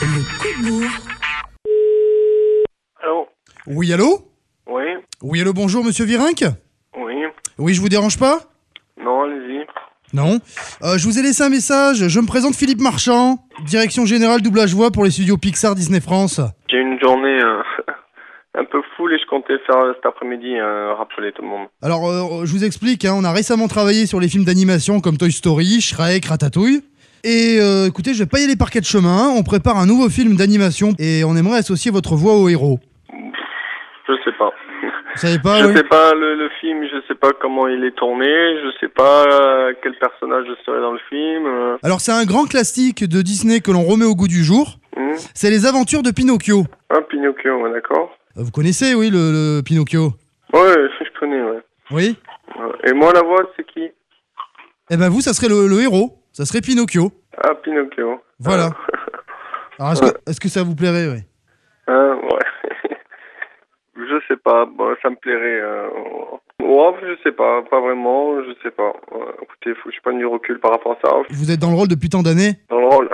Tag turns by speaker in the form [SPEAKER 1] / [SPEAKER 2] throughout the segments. [SPEAKER 1] le coup de bourre.
[SPEAKER 2] Allô
[SPEAKER 3] Oui, allô
[SPEAKER 2] Oui,
[SPEAKER 3] Oui, allô, bonjour, monsieur Virinck
[SPEAKER 2] oui.
[SPEAKER 3] Oui, je vous dérange pas
[SPEAKER 2] Non, allez-y.
[SPEAKER 3] Non. Euh, je vous ai laissé un message. Je me présente Philippe Marchand, direction générale doublage voix pour les studios Pixar Disney France.
[SPEAKER 2] J'ai eu une journée euh, un peu foule et je comptais faire euh, cet après-midi un rappeler tout le monde.
[SPEAKER 3] Alors, euh, je vous explique, hein, on a récemment travaillé sur les films d'animation comme Toy Story, Shrek, Ratatouille. Et euh, écoutez, je vais pas y aller par quatre chemins. On prépare un nouveau film d'animation et on aimerait associer votre voix au héros.
[SPEAKER 2] Je sais pas.
[SPEAKER 3] Vous savez pas
[SPEAKER 2] je
[SPEAKER 3] Ah oui
[SPEAKER 2] sais pas le, le film, je sais pas comment il est tourné, je sais pas euh, quel personnage je serai dans le film. euh.
[SPEAKER 3] Alors, c'est un grand classique de Disney que l'on remet au goût du jour.
[SPEAKER 2] Hmm
[SPEAKER 3] C'est Les Aventures de Pinocchio.
[SPEAKER 2] Ah, Pinocchio, ouais, d'accord.
[SPEAKER 3] Euh, Vous connaissez, oui, le, le Pinocchio
[SPEAKER 2] Ouais, je connais, ouais.
[SPEAKER 3] Oui
[SPEAKER 2] Ouais. Et moi, la voix, c'est qui
[SPEAKER 3] Eh ben, vous, ça serait le, le héros. Ça serait Pinocchio.
[SPEAKER 2] Ah, Pinocchio.
[SPEAKER 3] Voilà. Alors, est-ce que, est-ce que ça vous plairait ouais
[SPEAKER 2] Hein, ouais. je sais pas, bon, ça me plairait. Euh... Ouais, je sais pas, pas vraiment, je sais pas. Ouais, écoutez, faut que je prenne du recul par rapport à ça.
[SPEAKER 3] Vous êtes dans le rôle depuis tant d'années
[SPEAKER 2] Dans le rôle.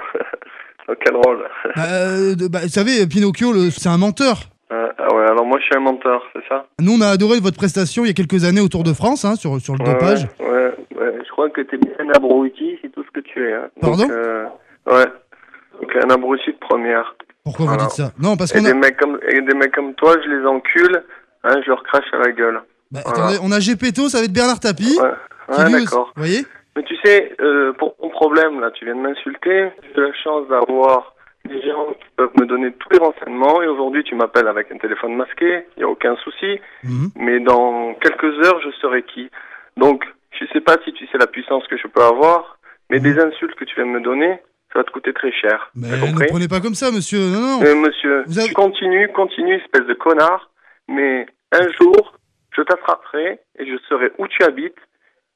[SPEAKER 2] Dans quel rôle
[SPEAKER 3] Bah, euh, de- bah, Vous savez, Pinocchio, le- c'est un menteur.
[SPEAKER 2] Euh, Ah ouais, alors moi je suis un menteur, c'est ça
[SPEAKER 3] Nous, on a adoré votre prestation il y a quelques années au Tour de France, hein, sur, sur le
[SPEAKER 2] ouais,
[SPEAKER 3] dopage.
[SPEAKER 2] ouais, ouais, ouais, je crois que t'es bien un abruti, c'est tout ce que tu es. hein. Donc,
[SPEAKER 3] Pardon
[SPEAKER 2] euh, Ouais. Donc un abruti de première.
[SPEAKER 3] Pourquoi vous
[SPEAKER 2] Voilà.
[SPEAKER 3] dites ça Non, parce
[SPEAKER 2] Et,
[SPEAKER 3] qu'on a...
[SPEAKER 2] des mecs comme, et des mecs comme toi, je les encule, hein, je leur crache à la gueule.
[SPEAKER 3] Bah,
[SPEAKER 2] voilà.
[SPEAKER 3] attendez, on a Gepetto, ça va être Bernard Tapie.
[SPEAKER 2] Ouais,
[SPEAKER 3] qui
[SPEAKER 2] ouais
[SPEAKER 3] lui aussi-
[SPEAKER 2] d'accord.
[SPEAKER 3] Vous voyez
[SPEAKER 2] Mais tu sais, euh, pour ton problème, là, tu viens de m'insulter. J'ai eu la chance d'avoir des gens qui peuvent me donner tous les renseignements. Et aujourd'hui, tu m'appelles avec un téléphone masqué. Il n'y a aucun souci.
[SPEAKER 3] Mhm.
[SPEAKER 2] Mais dans quelques heures, je serai qui Donc, je sais pas si tu sais la puissance que je peux avoir. Mais
[SPEAKER 3] Mhm. Ben,
[SPEAKER 2] des insultes que tu viens de me donner, ça va te coûter très cher.
[SPEAKER 3] Mais
[SPEAKER 2] T'as
[SPEAKER 3] ne
[SPEAKER 2] compris
[SPEAKER 3] prenez pas comme ça, monsieur. Non, non.
[SPEAKER 2] Euh, Monsieur,
[SPEAKER 3] Vous avez-
[SPEAKER 2] tu continues, continue, espèce de connard. Mais un jour, je t'attraperai et je saurai où tu habites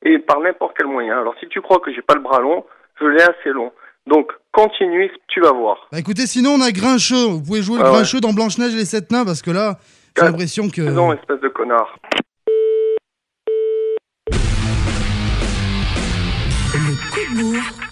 [SPEAKER 2] et par n'importe quel moyen. Alors si tu crois que j'ai pas le bras long, je l'ai assez long. Donc continue, tu vas voir.
[SPEAKER 3] Bah, écoutez, sinon, on a Grincheux. Vous pouvez jouer le
[SPEAKER 2] Ah ouais.
[SPEAKER 3] Grincheux dans Blanche-Neige et les Sept Nains, parce que là, j'ai
[SPEAKER 2] Ah,
[SPEAKER 3] l'impression que...
[SPEAKER 2] Non, espèce de connard.
[SPEAKER 1] Le coup de bourre.